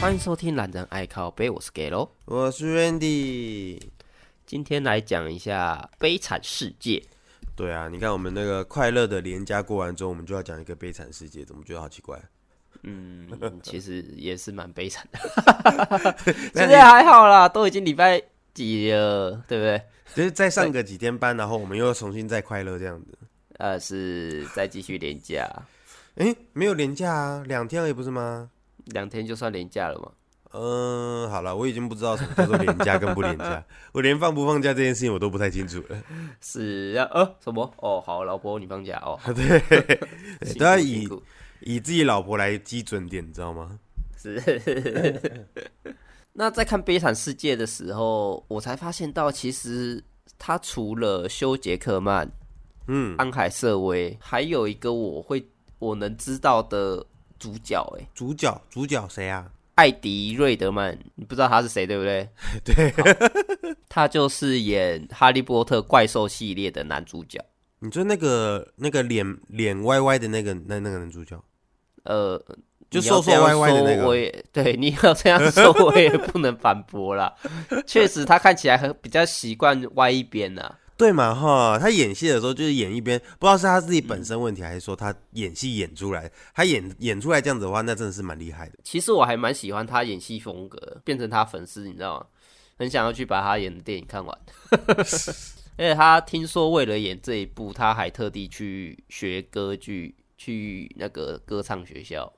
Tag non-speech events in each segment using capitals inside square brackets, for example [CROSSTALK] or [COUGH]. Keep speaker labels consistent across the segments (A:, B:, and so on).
A: 欢迎收听《懒人爱靠背》，我是 g a l o
B: 我是 Randy。
A: 今天来讲一下悲惨世界。
B: 对啊，你看我们那个快乐的连假过完之后，我们就要讲一个悲惨世界，怎么觉得好奇怪？ [LAUGHS]
A: 嗯，其实也是蛮悲惨的。现在还好啦，都已经礼拜几了，对不对？
B: 就是再上个几天班，然后我们又重新再快乐这样子。
A: 呃，是再继续连假，
B: 诶，没有连假啊，两天而已不是吗？
A: 两天就算连假了嘛。
B: 嗯，好了，我已经不知道什么叫做连假跟不连假， [LAUGHS] 我连放不放假这件事情我都不太清楚了。
A: 是啊，呃，什么？哦，好，老婆，你放假
B: [LAUGHS]
A: 哦。
B: 对
A: [LAUGHS] 辛
B: 都要
A: 苦
B: 以
A: 辛苦
B: 以自己老婆来基准点，你知道吗？
A: 是。那在看《悲惨世界》的时候，我才发现到，其实他除了修杰克曼、
B: 嗯，
A: 安海瑟薇，还有一个我会我能知道的主角、欸，
B: 主角主角谁啊？
A: 艾迪·瑞德曼，你不知道他是谁，对不
B: [LAUGHS]
A: 对？对，他就是演《哈利波特》怪兽系列的男主角。
B: 你说那个那个脸脸歪歪的那个那那个男主角，
A: 呃，
B: 就
A: 你要
B: 瘦
A: 这
B: 瘦
A: 样
B: 歪歪的那
A: 说我
B: 个，
A: 也对， [LAUGHS] 你要这样说，我也不能反驳啦。确实，他看起来很比较习惯歪一边啊呐、
B: 对嘛哈？他演戏的时候就是演一边，不知道是他自己本身问题，还是说他演戏演出来，他演演出来这样子的话，那真的是蛮厉害的。
A: 其实我还蛮喜欢他演戏风格，变成他粉丝，你知道吗？很想要去把他演的电影看完。 [LAUGHS] 而且他听说为了演这一部，他还特地去学歌剧，去那个歌唱学校，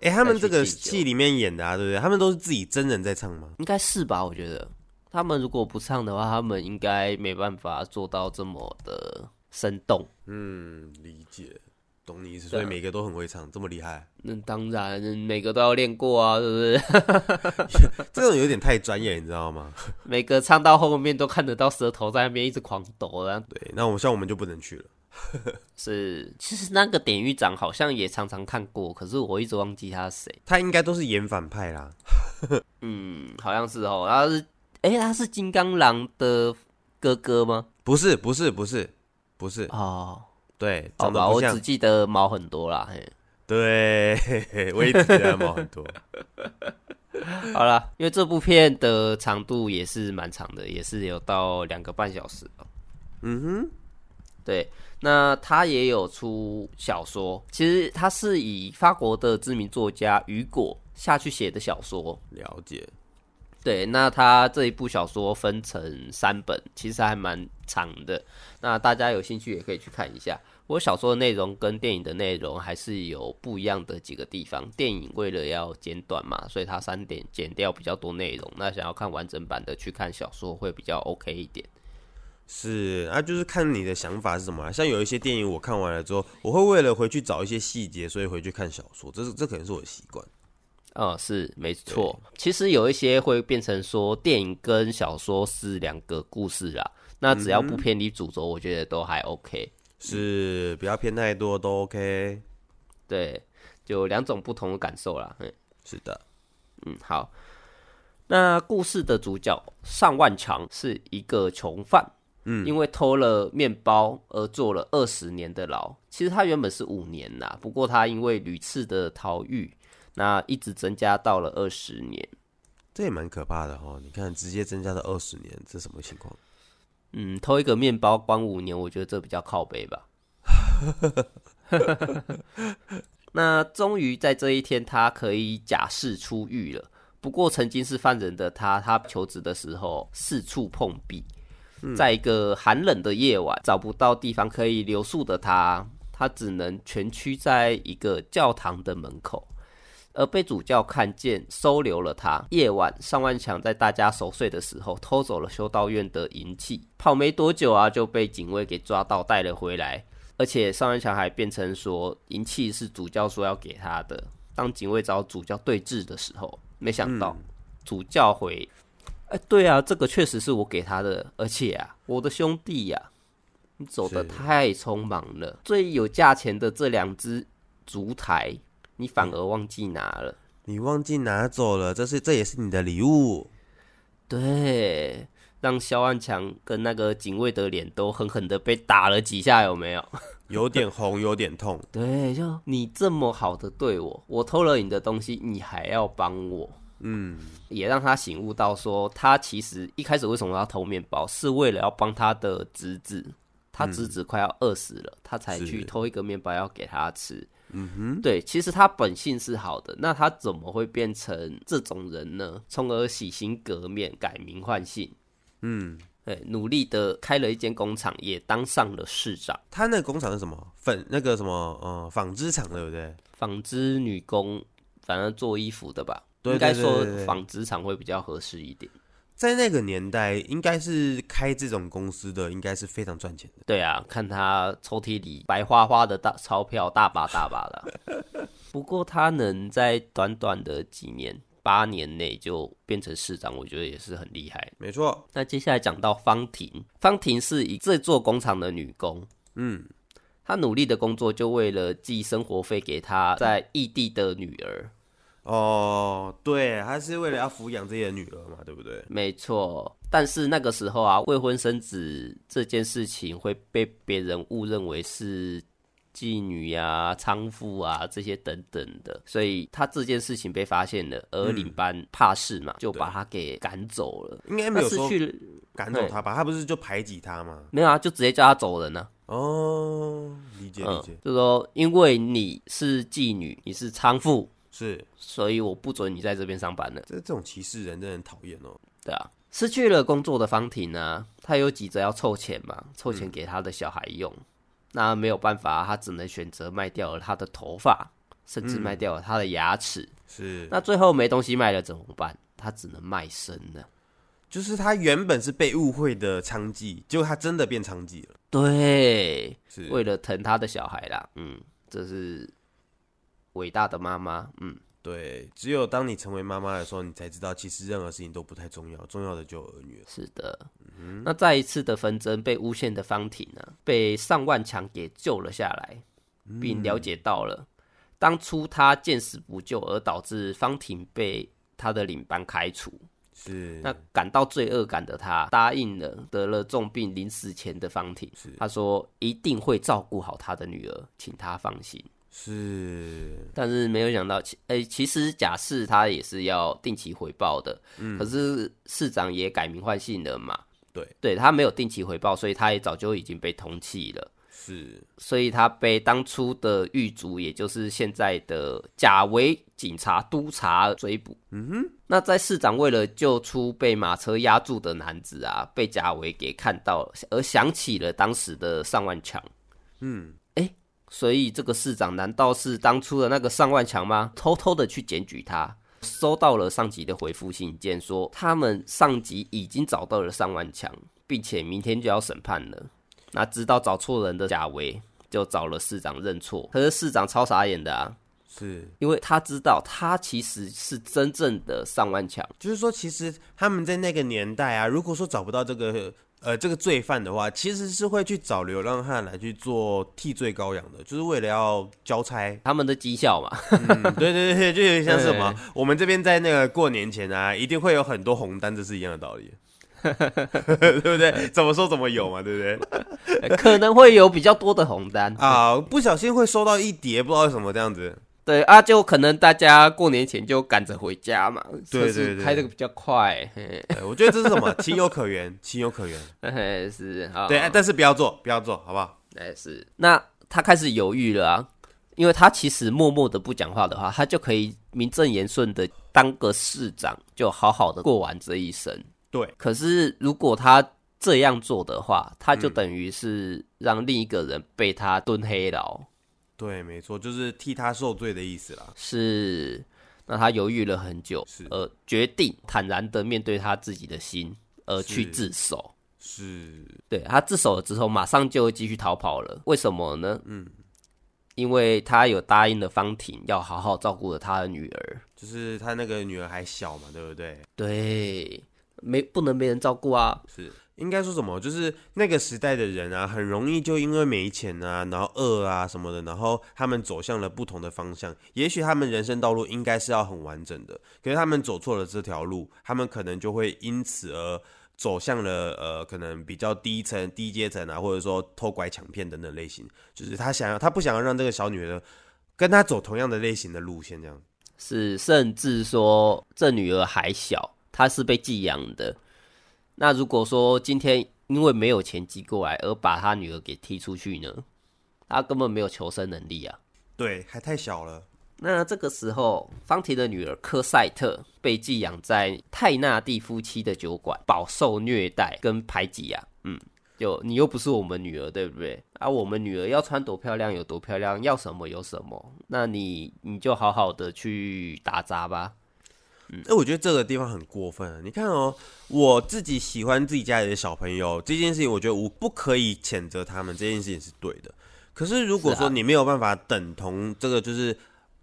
B: 哎、他们
A: 再
B: 这
A: 去
B: 个
A: 敬酒
B: 戏里面演的啊，对不对？他们都是自己真人在唱吗？
A: 应该是吧？我觉得他们如果不唱的话，他们应该没办法做到这么的生动。
B: 嗯，理解，懂你意思。所以每个都很会唱，这么厉 [LAUGHS] 害，
A: 那当然，每个都要练过啊，对不对？ [LAUGHS]
B: 这种有点太专业，你知道吗？
A: 每个唱到后面都看得到舌头在那边一直狂抖啊。
B: 对，那我像我们就不能去了。
A: 是， [LAUGHS] 其实那个典狱长好像也常常看过，可是我一直忘记他是谁。
B: 他应该都是演反派啦。
A: 嗯，好像是哦，他是，诶、他是金刚狼的哥哥吗？
B: 不是，不是，不是，不是，
A: 哦，
B: 对，
A: 好
B: 长得
A: 吧，
B: 不
A: 我
B: 像
A: 只，记得毛很多啦。嘿
B: 对， [LAUGHS] 嘿嘿我也只记得他毛很多。
A: 好啦，因为这部片的长度也是蛮长的，也是有到两个半小时哦。
B: 嗯
A: 对，那他也有出小说，其实他是以法国的知名作家雨果下去写的小说。
B: 哼，了解。
A: 对，那他这一部小说分成三本，其实还蛮长的。那大家有兴趣也可以去看一下。我小说的内容跟电影的内容还是有不一样的几个地方。电影为了要简短嘛，所以它三点剪掉比较多内容。那想要看完整版的，去看小说会比较 OK 一点。
B: 是啊，就是看你的想法是什么、啊。像有一些电影，我看完了之后，我会为了回去找一些细节，所以回去看小说。这是这可能是我的习惯。
A: 哦，是没错。其实有一些会变成说，电影跟小说是两个故事啦。那只要不偏离主轴，我觉得都还 OK。
B: 是不要偏太多都 OK。
A: 对，就两种不同的感受啦。嗯
B: 是的，
A: 嗯，好。那故事的主角上万强是一个囚犯，嗯，因为偷了面包而坐了二十年的牢。其实他原本是五年啦，不过他因为屡次的逃狱，那一直增加到了二十年。
B: 这也蛮可怕的哦哈。你看，直接增加到二十年，这什么情况？
A: 嗯，偷一个面包关五年，我觉得这比较靠背吧。 [LAUGHS] 那终于在这一天，他可以假释出狱了。不过曾经是犯人的他，他求职的时候四处碰壁，在一个寒冷的夜晚，找不到地方可以留宿的他，他只能蜷曲在一个教堂的门口。而被主教看见，收留了他。夜晚，上万强在大家熟睡的时候，偷走了修道院的银器，跑没多久啊，就被警卫给抓到，带了回来。而且上万强还变成说，银器是主教说要给他的。当警卫找主教对峙的时候，没想到、主教回，哎、对啊，这个确实是我给他的，而且啊，我的兄弟呀、你走的
B: 是
A: 太匆忙了，最有价钱的这两只烛台，你反而忘记拿了。
B: 你忘记拿走了，这是这也是你的礼物。
A: 对，让肖万强跟那个警卫的脸都狠狠的被打了几下，有没有？
B: 有点红，有点痛。
A: 对，就你这么好的对我，我偷了你的东西，你还要帮我，
B: 嗯，
A: 也让他醒悟到说，他其实一开始为什么要偷面包，是为了要帮他的侄子，他侄子快要饿死了，他才
B: 是
A: 去偷一个面包要给他吃。嗯哼，对，其实他本性是好的，那他怎么会变成这种人呢？从而洗心革面，改名换姓。嗯，对，努力的开了一间工厂，也当上了市长。
B: 他那个工厂是什么？粉那个什么呃纺织厂对不对？
A: 纺织女工，反正做衣服的吧，
B: 对
A: 应该
B: 对对
A: 说
B: 对对
A: 纺织厂会比较合适一点。
B: 在那个年代，应该是开这种公司的，应该是非常赚钱的。
A: 对啊，看他抽屉里白花花的大钞票大把大把的。
B: [LAUGHS]
A: 不过他能在短短的几年，八年内就变成市长，我觉得也是很厉害。
B: 没错，
A: 那接下来讲到方婷，方婷是一这座工厂的女工，
B: 嗯，
A: 她努力的工作就为了寄生活费给她在异地的女儿。
B: 哦，对，他是为了要抚养自己的女儿嘛，对不对？
A: 没错，但是那个时候啊，未婚生子这件事情会被别人误认为是妓女啊、娼妇啊这些等等的，所以他这件事情被发现了，而领班怕事
B: 嗯
A: 嘛，就把他给赶走了。
B: 应该没
A: 那
B: 有
A: 失
B: 说
A: 去了
B: 赶走他吧？他不是就排挤他吗？
A: 没有啊，就直接叫他走人呢、
B: 哦，理解理
A: 嗯
B: 解，，
A: 就说因为你是妓女，你是娼妇，
B: 是
A: 所以我不准你在这边上班了。
B: 这这种歧视人真的很讨厌哦。
A: 对啊，失去了工作的方婷呢，她有急着要凑钱嘛，凑钱给她的小孩用。那没有办法，她只能选择卖掉了她的头发，甚至卖掉了她的牙齿。
B: 是，
A: 那最后没东西卖了怎么办？她只能卖身了。
B: 就是他原本是被误会的娼妓，结果他真的变娼妓了。
A: 对，
B: 是，
A: 为了疼她的小孩啦，嗯，这是伟大的妈妈，嗯，
B: 对，只有当你成为妈妈的时候，你才知道其实任何事情都不太重要，重要的就有儿女了。
A: 是的。那再一次的纷争被诬陷的方婷呢、被上万强给救了下来，并了解到了、当初他见死不救而导致方婷被他的领班开除。
B: 是，
A: 那感到罪恶感的他答应了得了重病临死前的方婷，他说一定会照顾好他的女儿，请他放心。
B: 是，
A: 但是没有想到，其诶、其实假释他也是要定期回报的，嗯，可是市长也改名换姓了嘛，
B: 对，
A: 对他没有定期回报，所以他也早就已经被通缉了，
B: 是，
A: 所以他被当初的狱卒，也就是现在的假为警察督察追捕。嗯哼，那在市长为了救出被马车压住的男子啊，被贾维给看到了，而想起了当时的上万强。
B: 嗯，
A: 所以这个市长难道是当初的那个上万强吗？偷偷的去检举他，收到了上级的回复信件说，他们上级已经找到了上万强，并且明天就要审判了。那知道找错人的贾维就找了市长认错，可是市长超傻眼的啊，
B: 是，
A: 因为他知道他其实是真正的上万强。
B: 就是说，其实他们在那个年代啊，如果说找不到这个呃这个罪犯的话，其实是会去找流浪汉来去做替罪羔羊的，就是为了要交差。 [LAUGHS]
A: 他们的绩效嘛， [LAUGHS]
B: 嗯，对对对，就有点像是什么，我们这边在那个过年前啊，一定会有很多红单，这是一样的道理。 [LAUGHS] 对不对？怎么说怎么有嘛，对不对？
A: 可能会有比较多的红单
B: [LAUGHS] 啊，不小心会收到一叠，不知道为什么这样子。
A: 对啊，就可能大家过年前就赶着回家嘛，
B: 对
A: 车子
B: 对对
A: 开的比较快， [LAUGHS] 嘿
B: 对我觉得这是什么？情有可原，情有可原。
A: 嘿是啊，
B: 对，哎但是不要做，不要做，好不好？
A: 哎是。那他开始犹豫了啊，因为他其实默默的不讲话的话，他就可以名正言顺的当个市长，就好好的过完这一生。
B: 对，
A: 可是如果他这样做的话，他
B: 嗯
A: 就等于是让另一个人被他蹲黑牢。
B: 对，没错，就是替他受罪的意思啦。
A: 是，那他犹豫了很久，
B: 是
A: 呃，决定坦然的面对他自己的心，而去
B: 是
A: 自首。
B: 是，
A: 对他自首了之后，马上就继续逃跑了。为什么呢？嗯，因为他有答应了方婷要好好照顾了他的女儿。
B: 就是他那个女儿还小嘛，对不对？
A: 对，没不能没人照顾啊。
B: 是，应该说什么？就是那个时代的人啊，很容易就因为没钱啊，然后饿啊什么的，然后他们走向了不同的方向。也许他们人生道路应该是要很完整的，可是他们走错了这条路，他们可能就会因此而。走向了呃，可能比较低层、低阶层啊，或者说偷拐抢骗等等类型，就是他想要，他不想要让这个小女儿跟他走同样的类型的路线，这样
A: 是甚至说这女儿还小，她是被寄养的。那如果说今天因为没有钱寄过来而把他女儿给踢出去呢，她根本没有求生能力啊。
B: 对，还太小了。
A: 那这个时候，方婷的女儿科赛特被寄养在泰纳蒂夫妻的酒馆，饱受虐待跟排挤啊。嗯，就你又不是我们女儿，对不对？啊，我们女儿要穿多漂亮有多漂亮，要什么有什么。那你你就好好的去打杂吧。
B: 哎，我觉得这个地方很过分啊。你看哦，我自己喜欢自己家里的小朋友这件事情，我觉得我不可以谴责他们，这件事情是对的。可是如果
A: 是
B: 说
A: 啊
B: 你没有办法等同这个，就是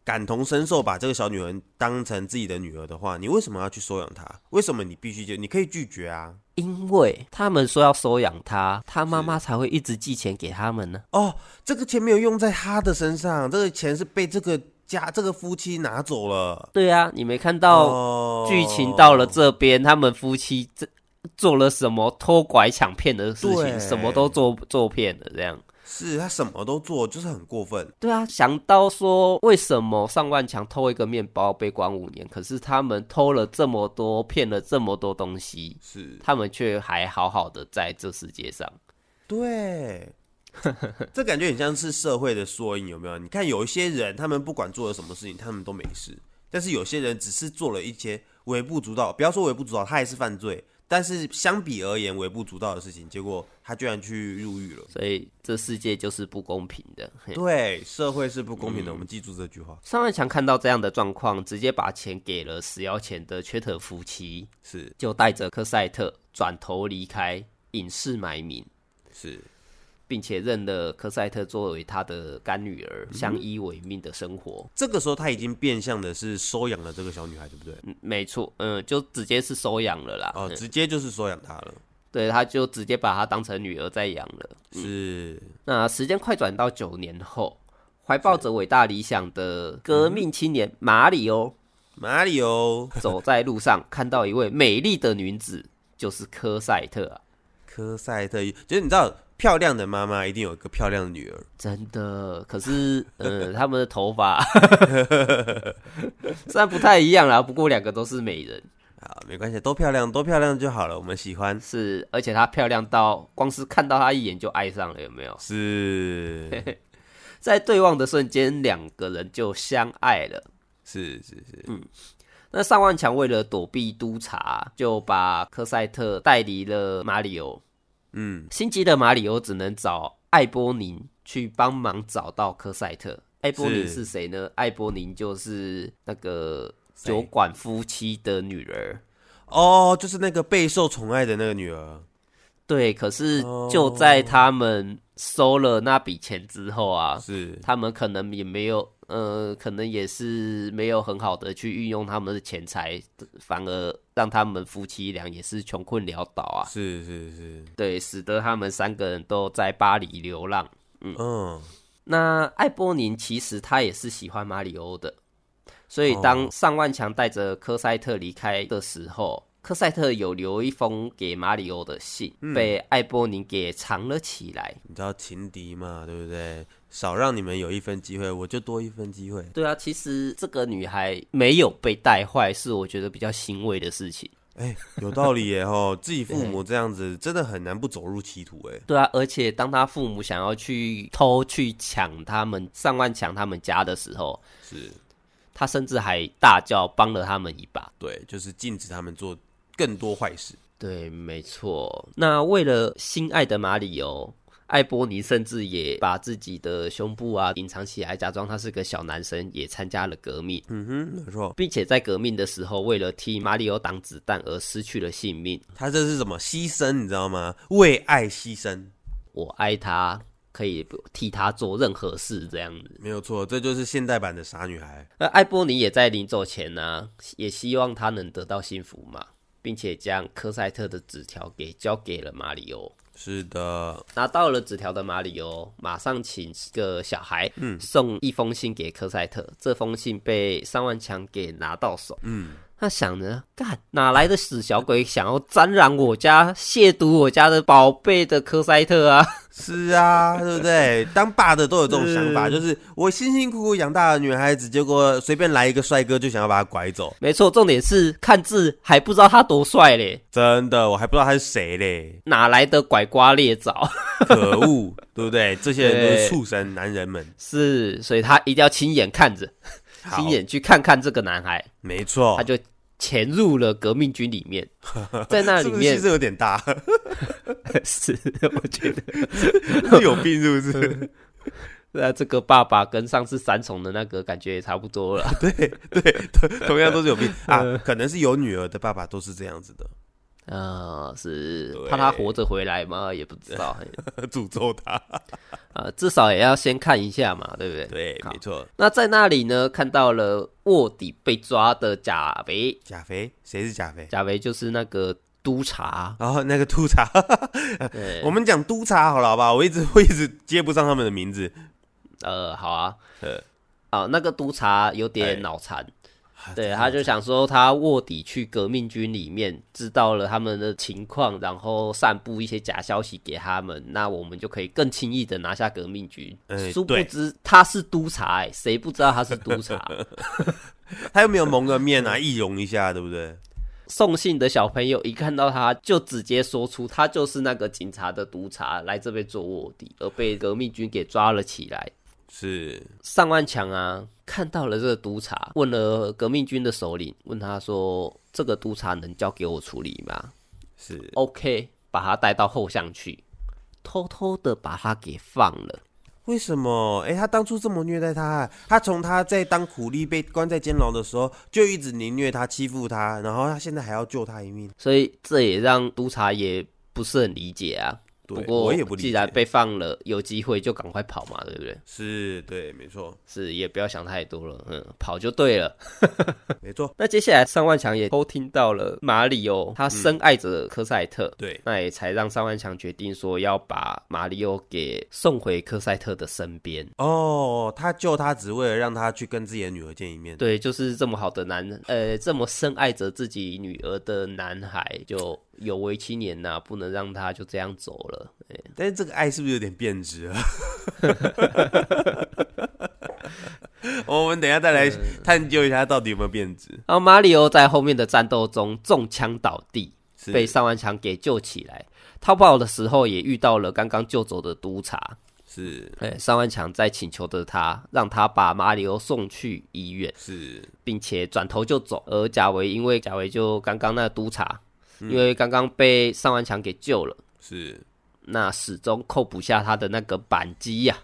B: 感同身受，把这个小女人当成自己的女儿的话，你为什么要去收养她？为什么你必须就你可以拒绝啊？
A: 因为他们说要收养她，她妈妈才会一直寄钱给他们呢。
B: 哦，这个钱没有用在她的身上，这个钱是被这个家这个夫妻拿走了。
A: 对啊，你没看到
B: 哦
A: 剧情到了这边，他们夫妻这做了什么偷拐抢骗的事
B: 对
A: 情，什么都做做骗的这样。
B: 是他什么都做，就是很过分。
A: 对啊，想到说为什么上万强偷一个面包被关五年，可是他们偷了这么多，骗了这么多东西，
B: 是
A: 他们却还好好的在这世界上。
B: [LAUGHS] 对，这感觉很像是社会的缩影，有没有？你看有一些人，他们不管做了什么事情，他们都没事；但是有些人只是做了一些微不足道，不要说微不足道，他还是犯罪。但是相比而言，微不足道的事情，结果他居然去入狱了。
A: 所以这世界就是不公平的。嘿
B: 对，社会是不公平的，我们记住这句话。
A: 上万强看到这样的状况，直接把钱给了死要钱的缺德夫妻，
B: 是
A: 就带着科赛特转头离开，隐世埋名，
B: 是，
A: 并且认了科赛特作为他的干女儿，
B: 嗯
A: 相依为命的生活。
B: 这个时候他已经变相的是收养了这个小女孩，对不对？
A: 嗯，没错，嗯，就直接是收养了啦。
B: 哦，
A: 嗯
B: 直接就是收养她了。
A: 对，他就直接把她当成女儿在养了。
B: 嗯是
A: 那时间快转到九年后，怀抱着伟大理想的
B: 嗯
A: 革命青年马里欧、
B: 马里欧
A: 走在路上，看到一位美丽的女子，就是科赛特、啊。
B: 科赛特，就是你知道，漂亮的妈妈一定有一个漂亮的女儿。
A: 真的，可是，呃，他们的头发 [LAUGHS] 虽然不太一样啦，不过两个都是美人，
B: 好，啊没关系，都漂亮，都漂亮就好了。我们喜欢
A: 是，而且她漂亮到光是看到她一眼就爱上了，有没有？ [LAUGHS]
B: 是
A: 在对望的瞬间，两个人就相爱了。
B: 是是是，
A: 那上万强为了躲避督察，就把科赛特带离了马里欧。
B: 嗯，
A: 心急的马里欧只能找艾波宁去帮忙找到科赛特。艾波宁
B: 是
A: 是谁呢？艾波宁就是那个
B: 谁
A: 酒馆夫妻的女儿。
B: 哦，就是那个备受宠爱的那个女儿。
A: 对，可是
B: 哦
A: 就在他们收了那笔钱之后啊，
B: 是
A: 他们可能也没有，呃，可能也是没有很好的去运用他们的钱财，反而让他们夫妻俩也是穷困潦倒啊。
B: 是是是，
A: 对，使得他们三个人都在巴黎流浪。
B: 嗯，
A: 那艾波宁其实他也是喜欢马里欧的，所以当上万强带着科赛特离开的时候，科赛特有留一封给马里欧的信，被艾波宁给藏了起来。
B: 你知道情敌嘛，对不对？少让你们有一分机会，我就多一分机会。
A: 对啊，其实这个女孩没有被带坏，是我觉得比较欣慰的事情。
B: 哎、有道理耶吼！自己父母这样子，真的很难不走入歧途哎。
A: 对啊，而且当她父母想要去偷去抢他们上万强他们家的时候，
B: 是
A: 她甚至还大叫帮了他们一把。
B: 对，就是禁止他们做更多坏事。
A: 对，没错。那为了心爱的马里欧，艾波尼甚至也把自己的胸部啊隐藏起来，假装他是个小男生，也参加了革命，
B: 嗯哼，没错，
A: 并且在革命的时候，为了替马里欧挡子弹而失去了性命。
B: 他这是什么牺牲？你知道吗？为爱牺牲。
A: 我爱他，可以不替他做任何事这样子。
B: 没有错，这就是现代版的傻女孩。
A: 而艾波尼也在临走前呢、也希望他能得到幸福嘛，并且将科赛特的纸条给交给了马里欧。
B: 是的，
A: 拿到了纸条的马里欧，马上请个小孩，嗯，送一封信给科赛特。这封信被三万强给拿到手，嗯，他想着，干哪来的死小鬼想要沾染我家、亵渎我家的宝贝的科赛特啊？ [LAUGHS]
B: 是啊，对不对？当爸的都有这种
A: [LAUGHS]
B: 想法，就是我辛辛苦苦养大的女孩子，结果随便来一个帅哥就想要把她拐走，
A: 没错，重点是看字还不知道他多帅嘞，
B: 真的，我还不知道他是谁嘞，
A: 哪来的拐瓜裂枣？ [LAUGHS]
B: 可恶，对不对？这些人都
A: 对
B: 是畜生，男人们。
A: 是，所以他一定要亲眼看着，
B: 好
A: 亲，眼去看看这个男孩，
B: 没错，
A: 他就潜入了革命军里 [LAUGHS] 面，在那
B: 是
A: 里
B: 不是
A: 面
B: 气势有点
A: [LAUGHS]
B: 大？
A: 是，我觉得
B: 是有病是
A: [LAUGHS]
B: 不
A: 嗯
B: 是？
A: 那这个爸爸跟上次三重的那个感觉也差不多了。 [LAUGHS]
B: 同样都是有病
A: 嗯
B: 啊，可能是有女儿的爸爸都是这样子的，
A: 呃，是
B: 对
A: 怕他活着回来吗？也不知道。 [LAUGHS]
B: 诅咒他。
A: 呃，至少也要先看一下嘛，对不对？
B: 对，
A: 好
B: 没错，
A: 那在那里呢，看到了卧底被抓的贾维，
B: 贾肥，谁是贾肥？
A: 贾维就是那个督
B: [LAUGHS]
A: 察，
B: 然后那个督察，
A: 对
B: 我们讲督察好了，好不好？我一直会一直接不上他们的名字。
A: 呃，好啊，
B: 呃
A: 啊，那个督察有
B: 哎
A: 点脑残，对，
B: 啊
A: 他就想说他卧底去革命军里面，知道了他们的情况，然后散布一些假消息给他们，那我们就可以更轻易的拿下革命军。
B: 哎
A: 殊不
B: 对
A: 知他是督察、哎，谁不知道他是督察？
B: [LAUGHS] 他又没有蒙个面啊， [LAUGHS] 易容一下，对不对？
A: 送信的小朋友一看到他，就直接说出他就是那个警察的督察，来这边做卧底，而被革命军给抓了起来。
B: 是，
A: 上万强啊，看到了这个督察，问了革命军的首领，问他说：“这个督察能交给我处理吗
B: 是，
A: ？”OK，把他带到后巷去，偷偷的把他给放了。
B: 为什么？哎、他当初这么虐待他，他从他在当苦力被关在监牢的时候，就一直凌虐他、欺负他，然后他现在还要救他一命。
A: 所以这也让督察也不是很理解啊。
B: 对
A: 不过
B: 我也不理解
A: 既然被放了，有机会就赶快跑嘛，对不对？
B: 是对，没错，
A: 是，也不要想太多了，嗯，跑就对了。
B: 没错，
A: 那接下来上万强也偷听到了马里奥他深爱着科赛特，
B: 嗯对，
A: 那也才让上万强决定说要把马里奥给送回科赛特的身边。
B: 哦，他救他只为了让他去跟自己的女儿见一面。
A: 对，就是这么好的男人，呃，这么深爱着自己女儿的男孩，就有为青年呐、不能让他就这样走了。
B: 但是这个爱是不是有点变质啊？ [LAUGHS] 我们等一下再来
A: 嗯
B: 探究一下到底有没有变质。
A: 然后马里奥在后面的战斗中中枪倒地，
B: 是
A: 被上万强给救起来。逃跑的时候也遇到了刚刚救走的督察，
B: 是
A: 哎，上万强在请求着他，让他把马里奥送去医院。
B: 是
A: 并且转头就走。而贾维因为贾维就刚刚那个督察，因为刚刚被上完墙给救了，
B: 是，
A: 那始终扣不下他的那个扳机呀、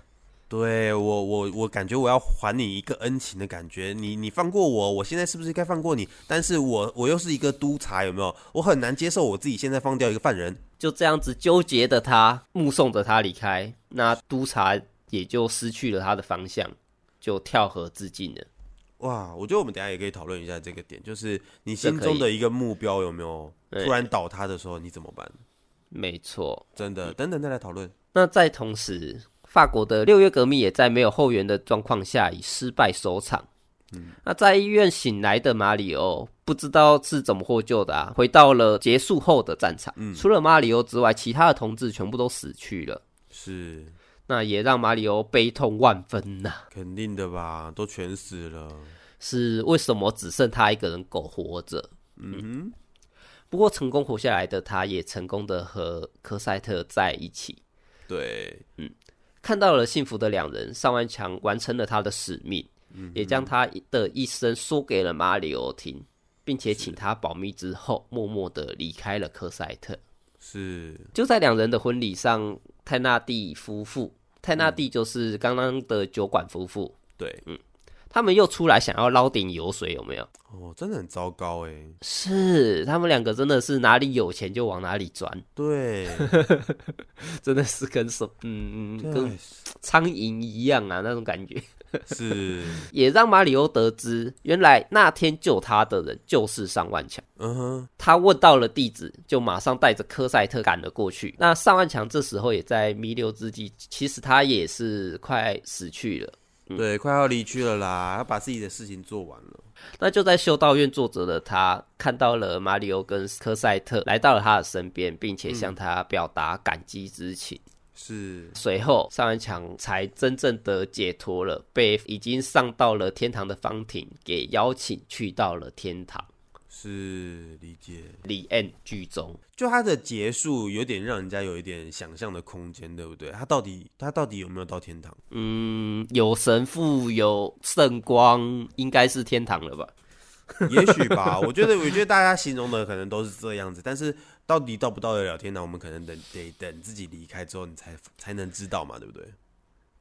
B: 对我我我感觉我要还你一个恩情的感觉。你你放过我，我现在是不是该放过你？但是我我又是一个督察，有没有？我很难接受我自己现在放掉一个犯人。
A: 就这样子纠结的他，目送着他离开，那督察也就失去了他的方向，就跳河自尽了。
B: 哇，我觉得我们等一下也可以讨论一下这个点，就是你
A: 这
B: 心
A: 可
B: 中
A: 以
B: 的一个目标有没有
A: 对
B: 突然倒塌的时候，你怎么办？
A: 没错，
B: 真的，等等再来讨论。
A: 那在同时，法国的六月革命也在没有后援的状况下以失败收场。那在医院醒来的马里欧不知道是怎么获救的啊，回到了结束后的战场。除了马里欧之外，其他的同志全部都死去了，
B: 是，
A: 那也让马里欧悲痛万分啊呐、
B: 肯定的吧，都全死了。
A: 是为什么只剩他一个人苟活着？
B: 嗯
A: 不过成功活下来的他，也成功的和科赛特在一起，
B: 哼，对，
A: 看到了幸福的两人，上万强完成了他的使命，也将他的一生说给了马里欧听，并且请他保密之后，默默的离开了科赛特。
B: 是，
A: 就在两人的婚礼上，泰纳蒂夫妇，泰纳蒂就是刚刚的酒馆夫妇，
B: 对，
A: 他们又出来想要捞点油水，有没有？
B: 哦，真的很糟糕哎。
A: 是，他们两个真的是哪里有钱就往哪里钻，
B: 对，
A: 真的是跟什嗯嗯跟
B: 对，啊
A: 苍蝇一样啊那种感觉。
B: 是，
A: 也让马里欧得知，原来那天救他的人就是上万强。
B: 嗯哼，
A: 他问到了地址，就马上带着科赛特赶了过去。那上万强这时候也在弥留之际，其实他也是快死去了。
B: 对，快要离去了啦，要把自己的事情做完了。
A: 那就在修道院坐着的他，看到了马里奥跟科赛特来到了他的身边，并且向他表达感激之情。
B: 是，
A: 随后，上人强才真正的解脱了，被已经上到了天堂的方婷给邀请去到了天堂。
B: 是理解。
A: 李恩剧中，
B: 就它的结束有点让人家有一点想象的空间，对不对？它到底它到底有没有到天堂？
A: 嗯，有神父，有圣光，应该是天堂了吧？
B: [LAUGHS] 也许吧，我觉得我觉得大家形容的可能都是这样子，但是到底到不到得了天堂，我们可能等得等自己离开之后，你才才能知道嘛，对不对？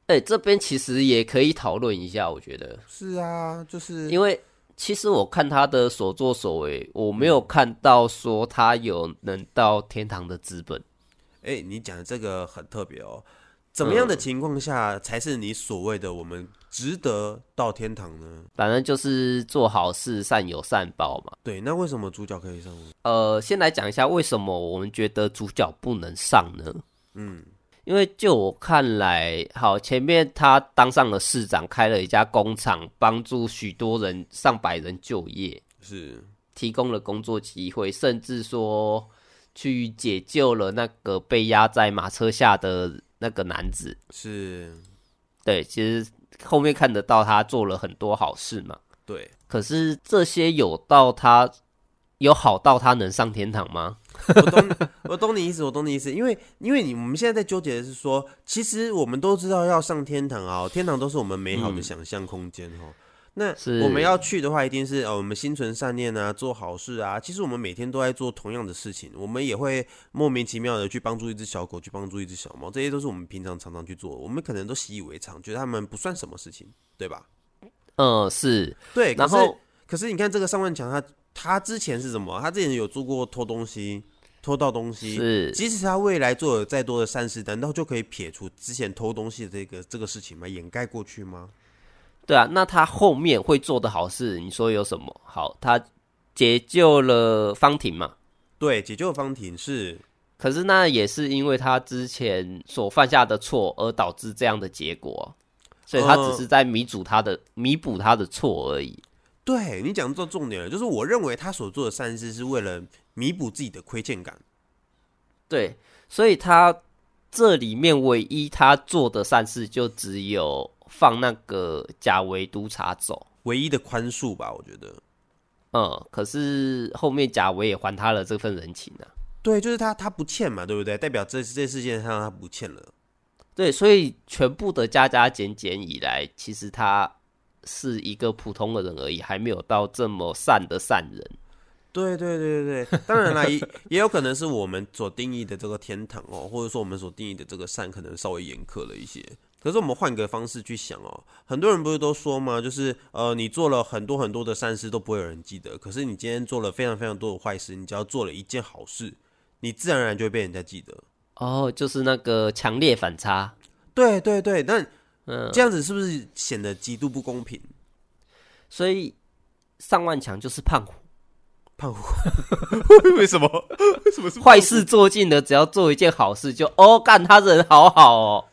A: 哎、这边其实也可以讨论一下，我觉得，
B: 是啊，就是
A: 因为其实我看他的所作所为，我没有看到说他有能到天堂的资本。
B: 哎、你讲的这个很特别哦。怎么样
A: 嗯
B: 的情况下才是你所谓的我们值得到天堂呢？
A: 反正就是做好事，善有善报嘛。
B: 对，那为什么主角可以上路？
A: 呃，先来讲一下为什么我们觉得主角不能上呢？
B: 嗯，
A: 因为就我看来，好，前面他当上了市长，开了一家工厂，帮助许多人上百人就业，
B: 是
A: 提供了工作机会，甚至说去解救了那个被压在马车下的那个男子。
B: 是，
A: 对，其实后面看得到他做了很多好事嘛。
B: 对，
A: 可是这些有到他有好到他能上天堂吗？
B: 我懂，我懂你意思，我懂你意思，因为因为你我们现在在纠结的是说，其实我们都知道要上天堂啊、天堂都是我们美好的想象空间哦。那
A: 嗯是
B: 我们要去的话，一定是呃，我们心存善念啊，做好事啊。其实我们每天都在做同样的事情，我们也会莫名其妙的去帮助一只小狗，去帮助一只小猫，这些都是我们平常常常去做的，我们可能都习以为常，觉得他们不算什么事情，对吧？
A: 嗯，是，
B: 对，可
A: 然
B: 是
A: 后
B: 可是你看这个上万强，他他之前是什么？他之前有做过偷东西、偷到东西，
A: 是
B: 即使他未来做了再多的善事，难道就可以撇除之前偷东西的这个这个事情吗？掩盖过去吗？
A: 对啊。那他后面会做的好事，你说有什么？好，他解救了方婷嘛。
B: 对，解救方婷是
A: 可是那也是因为他之前所犯下的错而导致这样的结果，所以他只是在弥补他的弥补他的错而已。
B: 对你讲到重点了，就是我认为他所做的善事是为了弥补自己的亏欠感。
A: 对，所以他这里面唯一他做的善事就只有放那个贾维督察走。
B: 唯一的宽恕吧，我觉得，
A: 嗯，可是后面贾维也还他了这份人情啊。
B: 对，就是他，他不欠嘛，对不对？代表这这世界上他不欠了，
A: 对，所以全部的加加减减以来，其实他是一个普通的人而已，还没有到这么善的善人。
B: 对对对对对，当然啦，也也有可能是我们所定义的这个天堂哦，或者说我们所定义的这个善，可能稍微严苛了一些。可是我们换个方式去想哦，很多人不是都说吗？就是呃，你做了很多很多的善事都不会有人记得，可是你今天做了非常非常多的坏事，你只要做了一件好事，你自然而然就会被人家记得。
A: 哦，就是那个强烈反差。
B: 对对对，但
A: 嗯，
B: 这样子是不是显得极度不公平？
A: 所以上万强就是胖虎，
B: 胖虎， [LAUGHS] 为什么？为什么是
A: 坏事做尽了，只要做一件好事就哦，干他人好好哦。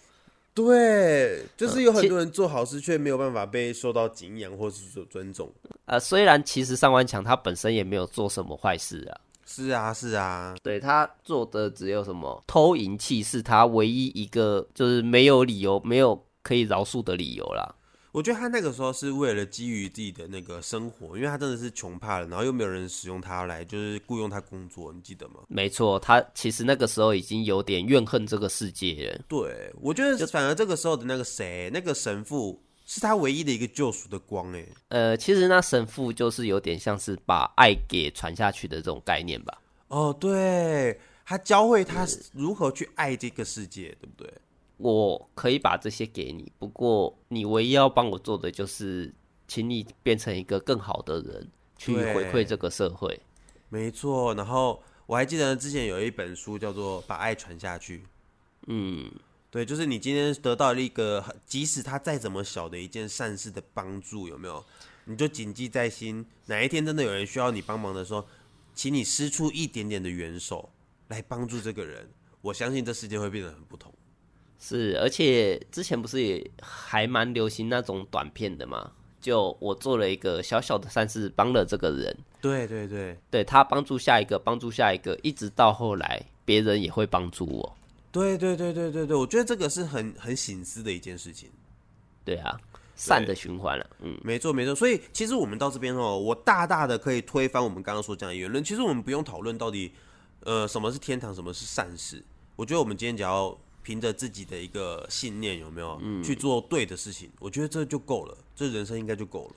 B: 对，就是有
A: 其
B: 很多人做好事却没有办法被受到敬仰或是说尊重。
A: 呃，虽然其实上万强他本身也没有做什么坏事啊，
B: 是啊，是啊，
A: 对他做的只有什么偷银器是他唯一一个就是没有理由、没有可以饶恕的理由啦。
B: 我觉得他那个时候是为了基于自己的那个生活，因为他真的是穷怕了，然后又没有人使用他来就是雇佣他工作，你记得吗？
A: 没错，他其实那个时候已经有点怨恨这个世界了。
B: 对，我觉得反而这个时候的那个谁，那个神父是他唯一的一个救赎的光，哎，
A: 呃，其实那神父就是有点像是把爱给传下去的这种概念吧。
B: 哦，对，他教会他如何去爱这个世界，对不对？
A: 我可以把这些给你，不过你唯一要帮我做的就是，请你变成一个更好的人，去
B: 对
A: 回馈这个社会。
B: 没错，然后我还记得之前有一本书叫做《把爱传下去》。
A: 嗯，
B: 对，就是你今天得到了一个，即使它再怎么小的一件善事的帮助，有没有？你就谨记在心，哪一天真的有人需要你帮忙的时候，请你施出一点点的援手来帮助这个人。我相信这世界会变得很不同。
A: 是，而且之前不是也还蛮流行那种短片的嘛？就我做了一个小小的善事，帮了这个人，
B: 对对对
A: 对他帮助下一个，帮助下一个，一直到后来别人也会帮助我。
B: 对对对对对对，我觉得这个是很很醒思的一件事情。
A: 对啊，善的循环了、嗯，
B: 没错没错，所以其实我们到这边哦，我大大的可以推翻我们刚刚所讲的言论。其实我们不用讨论到底，呃，什么是天堂，什么是善事。我觉得我们今天只要凭着自己的一个信念，有没有、
A: 嗯
B: 去做对的事情，我觉得这就够了，这人生应该就够了。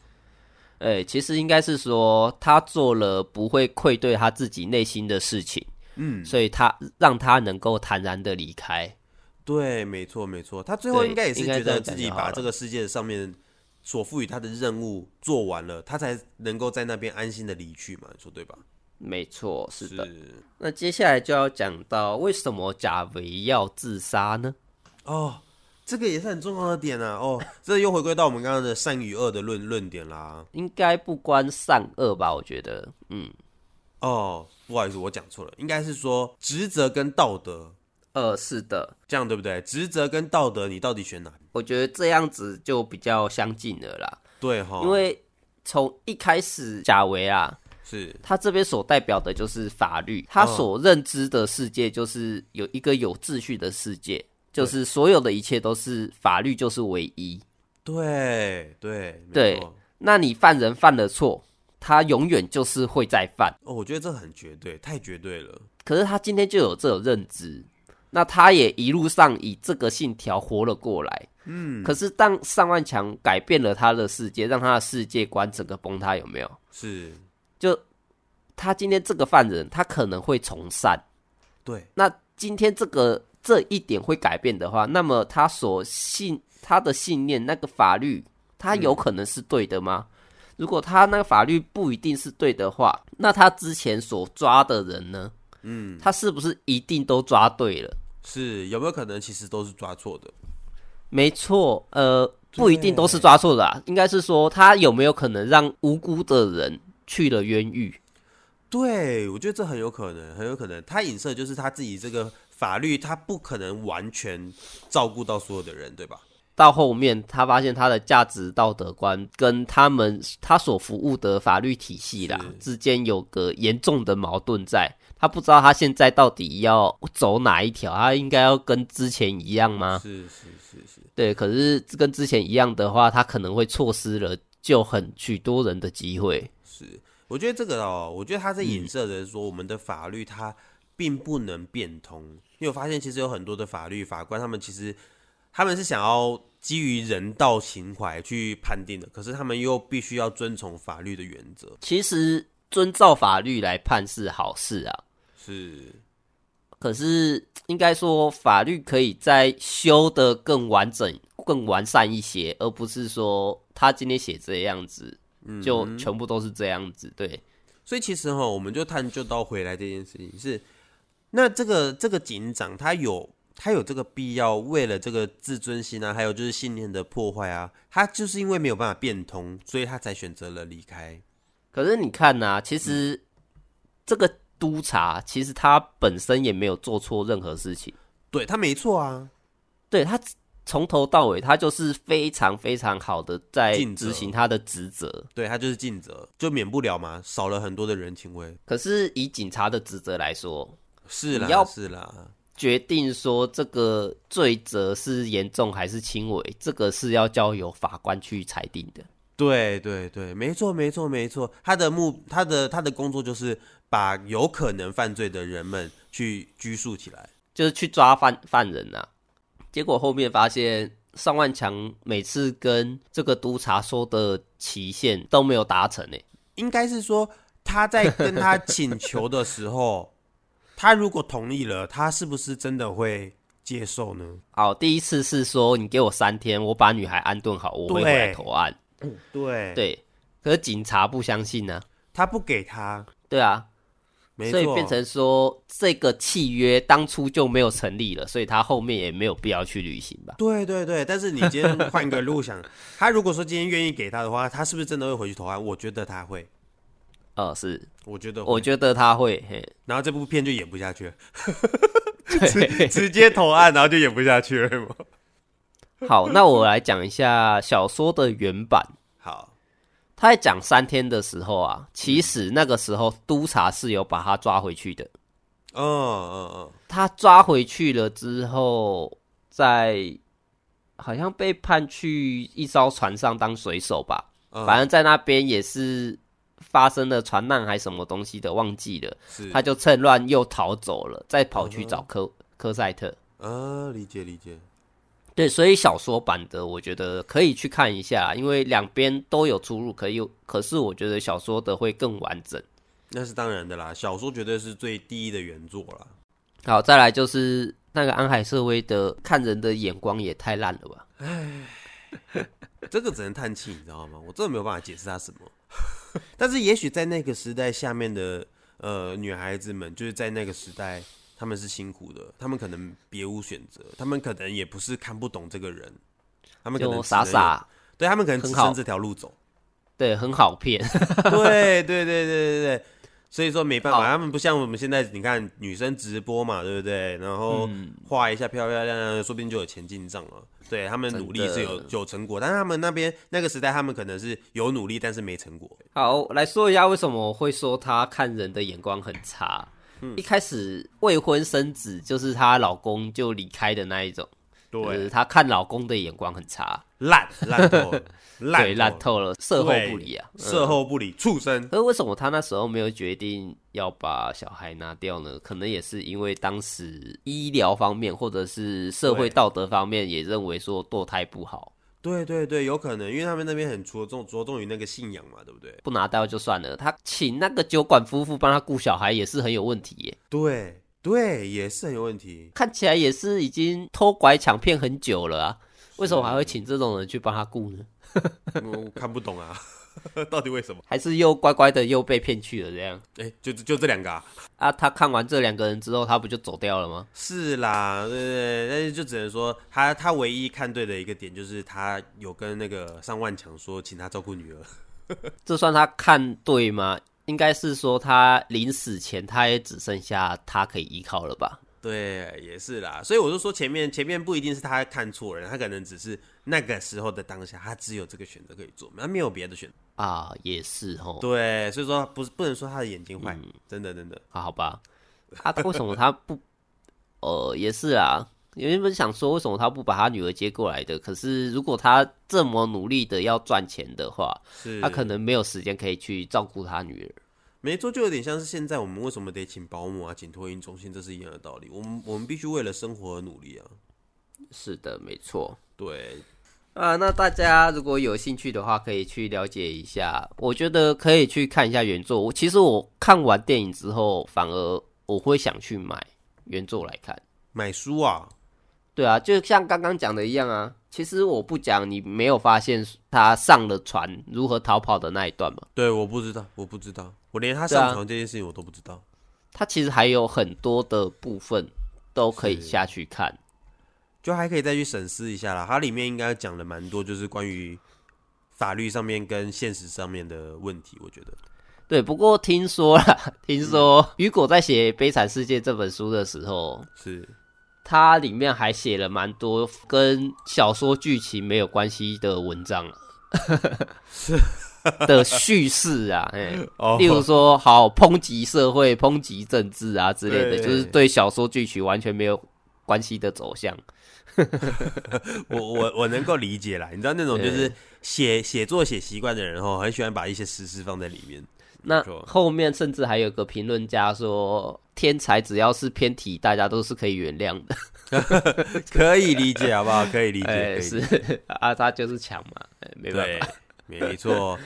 A: 哎、其实应该是说他做了不会愧对他自己内心的事情，嗯，所以他让他能够坦然的离开。
B: 对，没错没错，他最后
A: 对
B: 应该也是
A: 应该
B: 觉
A: 这
B: 得
A: 样讲
B: 自己
A: 就好
B: 把
A: 了
B: 这个世界上面所赋予他的任务做完了，他才能够在那边安心的离去嘛，你说对吧？
A: 没错，是的。
B: 是
A: 那接下来就要讲到为什么贾维要自杀呢？
B: 哦，这个也是很重要的点啊。哦， [LAUGHS] 这又回归到我们刚刚的善与恶的论论点啦。
A: 应该不关善恶吧？我觉得，嗯，
B: 哦，不好意思，我讲错了，应该是说职责跟道德，
A: 呃，是的，
B: 这样对不对？职责跟道德，你到底选哪？
A: 我觉得这样子就比较相近了啦。
B: 对哈，
A: 因为从一开始，贾维啊，
B: 是
A: 他这边所代表的就是法律，他所认知的世界就是有一个有秩序的世界，就是所有的一切都是法律就是唯一。
B: 对对没
A: 对
B: 错
A: 那你犯人犯了错，他永远就是会再犯。
B: 哦，我觉得这很绝对，太绝对了。
A: 可是他今天就有这种认知，那他也一路上以这个信条活了过来。嗯，可是当上万强改变了他的世界，让他的世界观整个崩塌，有没有？
B: 是，
A: 就他今天这个犯人，他可能会从善。
B: 对
A: 那今天这个这一点会改变的话，那么他所信他的信念，那个法律，他有可能是对的吗？如果他那个法律不一定是对的话，那他之前所抓的人呢？嗯，他是不是一定都抓对了？
B: 是，有没有可能其实都是抓错的？
A: 没错，呃，不一定都是抓错的、啊，应该是说他有没有可能让无辜的人去了冤狱？
B: 对，我觉得这很有可能，很有可能，他影射就是他自己这个法律，他不可能完全照顾到所有的人，对吧？
A: 到后面，他发现他的价值道德观跟他们他所服务的法律体系啦之间有个严重的矛盾在，他不知道他现在到底要走哪一条，他应该要跟之前一样吗？
B: 是是是是，
A: 对，可是跟之前一样的话，他可能会错失了救很许多人的机会。
B: 是，我觉得这个哦，我觉得它在影射的是说，我们的法律它并不能变通。因为我发现其实有很多的法律法官，他们其实他们是想要基于人道情怀去判定的，可是他们又必须要遵从法律的原则。
A: 其实遵照法律来判是好事啊，
B: 是，
A: 可是应该说，法律可以再修的更完整、更完善一些，而不是说他今天写这样子，
B: 嗯
A: 就全部都是这样子。对，
B: 所以其实哈、我们就探究到回来这件事情是，那这个这个警长他有他有这个必要，为了这个自尊心啊，还有就是信念的破坏啊，他就是因为没有办法变通，所以他才选择了离开。
A: 可是你看呐、其实这个督察其实他本身也没有做错任何事情，
B: 对他没错啊，
A: 对他从头到尾他就是非常非常好的在
B: 尽责
A: 执行他的职责。
B: 对他就是尽责，就免不了嘛，少了很多的人情味。
A: 可是以警察的职责来说，
B: 是
A: 你要
B: 啦，是啦，
A: 决定说这个罪责是严重还是轻微，这个是要交由法官去裁定的。
B: 对对对，没错没错没错，他的目他的他的工作就是把有可能犯罪的人们去拘束起来。
A: 就是去抓犯犯人啊。结果后面发现上万强每次跟这个督察说的期限都没有达成欸诶、
B: 应该是说他在跟他请求的时候，他如果同意了，他是不是真的会接受呢？
A: 好，第一次是说你给我三天，我把女孩安顿好，我会
B: 对
A: 回来投案。
B: 对，
A: 嗯对，可是警察不相信呢、
B: 他不给他，
A: 对啊，
B: 没
A: 所以
B: 错，
A: 变成说这个契约当初就没有成立了，所以他后面也没有必要去履行吧。
B: 对对对。但是你今天换 [LAUGHS] 个路想，他如果说今天愿意给他的话，他是不是真的会回去投案？我觉得他会。
A: 呃，是，
B: 我觉得会，
A: 我觉得他会，嘿，
B: 然后这部片就演不下
A: [LAUGHS]
B: 去了，
A: 对，
B: 直接投案，然后就演不下去了 [LAUGHS] 吗？
A: 好，那我来讲一下小说的原版。
B: 好，
A: 他在讲三天的时候啊，其实那个时候督察是有把他抓回去的。
B: 嗯嗯嗯，
A: 他抓回去了之后，在好像被判去一艘船上当水手吧，
B: 嗯
A: 反正在那边也是发生了船难还什么东西的，忘记了。
B: 是，
A: 他就趁乱又逃走了，再跑去找科科赛特。
B: 啊，理解理解，
A: 对，所以小说版的我觉得可以去看一下，因为两边都有出入，可以有，可是我觉得小说的会更完整。
B: 那是当然的啦，小说绝对是最第一的原作啦。
A: 好，再来就是那个安海瑟薇的看人的眼光也太烂了吧？
B: 这个只能叹气，你知道吗？我真的没有办法解释他什么。 [LAUGHS] 但是也许在那个时代下面的呃女孩子们，就是在那个时代，她们是辛苦的，她们可能别无选择，她们可能也不是看不懂这个人，她们可能
A: 就
B: 只
A: 傻
B: 能有，
A: 傻，
B: 对她们可能只
A: 很好
B: 剩这条路走。
A: 对，很好骗。 [LAUGHS]
B: 对对对对对对，所以说没办法，
A: 好
B: 他们不像我们现在，你看女生直播嘛，对不对？然后
A: 嗯
B: 画一下漂漂亮亮的，说不定就有钱进账了。对他们
A: 真的
B: 努力是有有成果，但是他们那边那个时代，他们可能是有努力，但是没成果。
A: 好，来说一下为什么我会说她看人的眼光很差。
B: 嗯
A: 一开始未婚生子就是她老公就离开的那一种，就是，她看老公的眼光很差，
B: 烂烂透了，
A: 对，
B: 烂
A: 烂
B: 透了，
A: 透了，售后不理啊。嗯
B: 售后不理，畜生。
A: [LAUGHS] 可是为什么他那时候没有决定要把小孩拿掉呢？可能也是因为当时医疗方面或者是社会
B: 对
A: 道德方面也认为说堕胎不好，
B: 对对对，有可能，因为他们那边很着重着重于那个信仰嘛，对不对？
A: 不拿掉就算了。他请那个酒馆夫妇帮他顾小孩也是很有问题耶，
B: 对对，也是很有问题。
A: [LAUGHS] 看起来也是已经偷拐抢骗很久了啊，为什么还会请这种人去帮他顾呢？
B: 我看不懂啊， [LAUGHS] 到底为什么？
A: 还是又乖乖的又被骗去了这样
B: 哎，就就这两个啊。
A: 啊？他看完这两个人之后，他不就走掉了吗？
B: 是啦，对对对，但是就只能说他他唯一看对的一个点就是他有跟那个上万强说，请他照顾女儿。 [LAUGHS]
A: 这算他看对吗？应该是说他临死前，他也只剩下他可以依靠了吧？
B: 对，也是啦，所以我就说前面前面不一定是他看错人，他可能只是那个时候的当下，他只有这个选择可以做，他没有别的选择。
A: 啊，也是哦。
B: 对，所以说不是不能说他的眼睛坏，真的真的。
A: 啊，好吧，他为什么他不？ [LAUGHS] 呃，也是啊。原本想说，为什么他不把他女儿接过来的？可是如果他这么努力的要赚钱的话，
B: 是
A: 啊他可能没有时间可以去照顾他女儿。
B: 没错，就有点像是现在我们为什么得请保姆啊，请托婴中心，这是一样的道理。我们我们必须为了生活而努力啊。
A: 是的，没错。
B: 对，
A: 啊，那大家如果有兴趣的话，可以去了解一下。我觉得可以去看一下原作。我其实我看完电影之后，反而我会想去买原作来看。
B: 买书啊，
A: 对啊，就像刚刚讲的一样啊。其实我不讲，你没有发现他上了船如何逃跑的那一段吗？
B: 对，我不知道，我不知道，我连他
A: 对啊
B: 上床这件事情我都不知道。
A: 他其实还有很多的部分都可以
B: 是
A: 下去看。
B: 就还可以再去审视一下啦。它里面应该讲了蛮多，就是关于法律上面跟现实上面的问题。我觉得
A: 对，不过听说啦，听说雨果在写《悲惨世界》这本书的时候，
B: 是
A: 它里面还写了蛮多跟小说剧情没有关系的文
B: [LAUGHS]
A: 章、啊，是的叙事
B: [LAUGHS]
A: 啊，哎，
B: 哦
A: 例如说，好抨击社会、抨击政治啊之类的，
B: 对
A: 就是对小说剧情完全没有关系的走向。
B: 我我我能够理解啦。你知道那种就是写写作写习惯的人哦，很喜欢把一些实事放在里
A: [LAUGHS]
B: 面。
A: 那
B: 错
A: 后面甚至还有个评论家说，天才只要是偏题，大家都是可以原谅的。
B: 可以理解好不好？可以理解，可以
A: 哎，
B: 理解
A: 是 [LAUGHS] 啊，他就是强嘛，哎没办
B: 对
A: 法。，
B: 没错。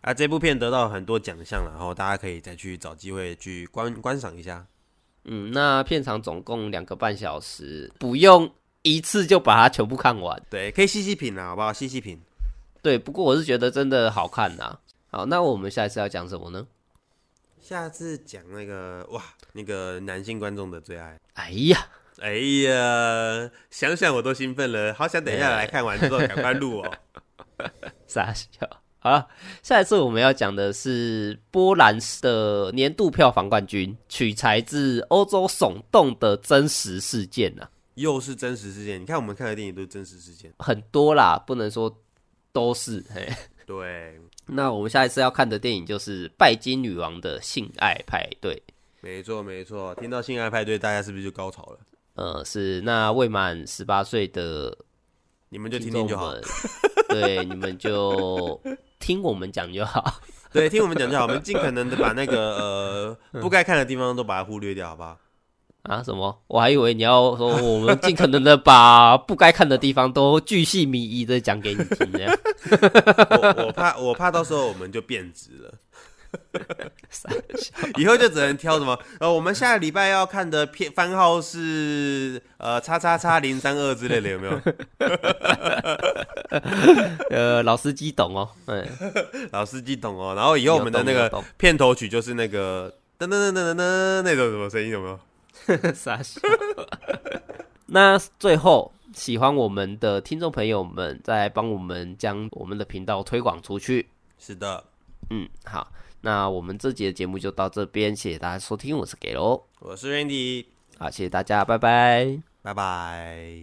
B: 啊，这部片得到很多奖项啦，然后大家可以再去找机会去观观赏一下。
A: 嗯，那片长总共两个半小时，不用一次就把它全部看完。
B: 对，可以细细品啦，好不好？细细品。
A: 对，不过我是觉得真的好看呐、好，那我们下一次要讲什么呢？
B: 下次讲那个哇，那个男性观众的最爱。
A: 哎呀，
B: 哎呀，
A: [LAUGHS]
B: 想想我都兴奋了，好想等一下来看完之后赶快录哦。
A: 傻笑。好了，下一次我们要讲的是波兰的年度票房冠军，取材自欧洲耸动的真实事件呐、
B: 又是真实事件。你看我们看的电影都是真实事件。
A: 很多啦，不能说都是。嘿， [LAUGHS]
B: 对，
A: 那我们下一次要看的电影就是《拜金女王的性爱派对》。
B: 没错没错。听到性爱派对，大家是不是就高潮了？
A: 呃，是那未满十八岁的
B: 你们就
A: 听
B: 听
A: 众
B: 听就好。
A: 们，对你们
B: [LAUGHS]
A: 就听我们讲就好。 [LAUGHS]
B: 对，听我们讲就好。我们尽可能的把那个
A: [LAUGHS]
B: 呃不该看的地方都把它忽略掉，好不好？
A: 啊？什么？我还以为你要说我们尽可能的把不该看的地方都巨细靡遗的讲给你听，这
B: [LAUGHS]
A: 样
B: 我我怕我怕到时候我们就变质了。 [LAUGHS] 以后就只能挑什么呃，我们下个礼拜要看的片番号是呃叉叉叉零三二之类的，有没有？ [LAUGHS]
A: 呃，老司机懂哦，嗯，
B: 老司机懂哦。然后以后我们的那
A: 有懂
B: 个
A: 有
B: 片头曲就是那个噔噔噔噔噔噔那种什么声音，有没有？
A: 懂， [LAUGHS] 傻笑。那最后，喜欢我们的听众朋友们，再帮我们将我们的频道推广出去。
B: 是的，
A: 嗯，好，那我们这集的节目就到这边，谢谢大家收听，我是给喽，
B: 我是 Randy，
A: 好，谢谢大家，拜拜。
B: 拜拜。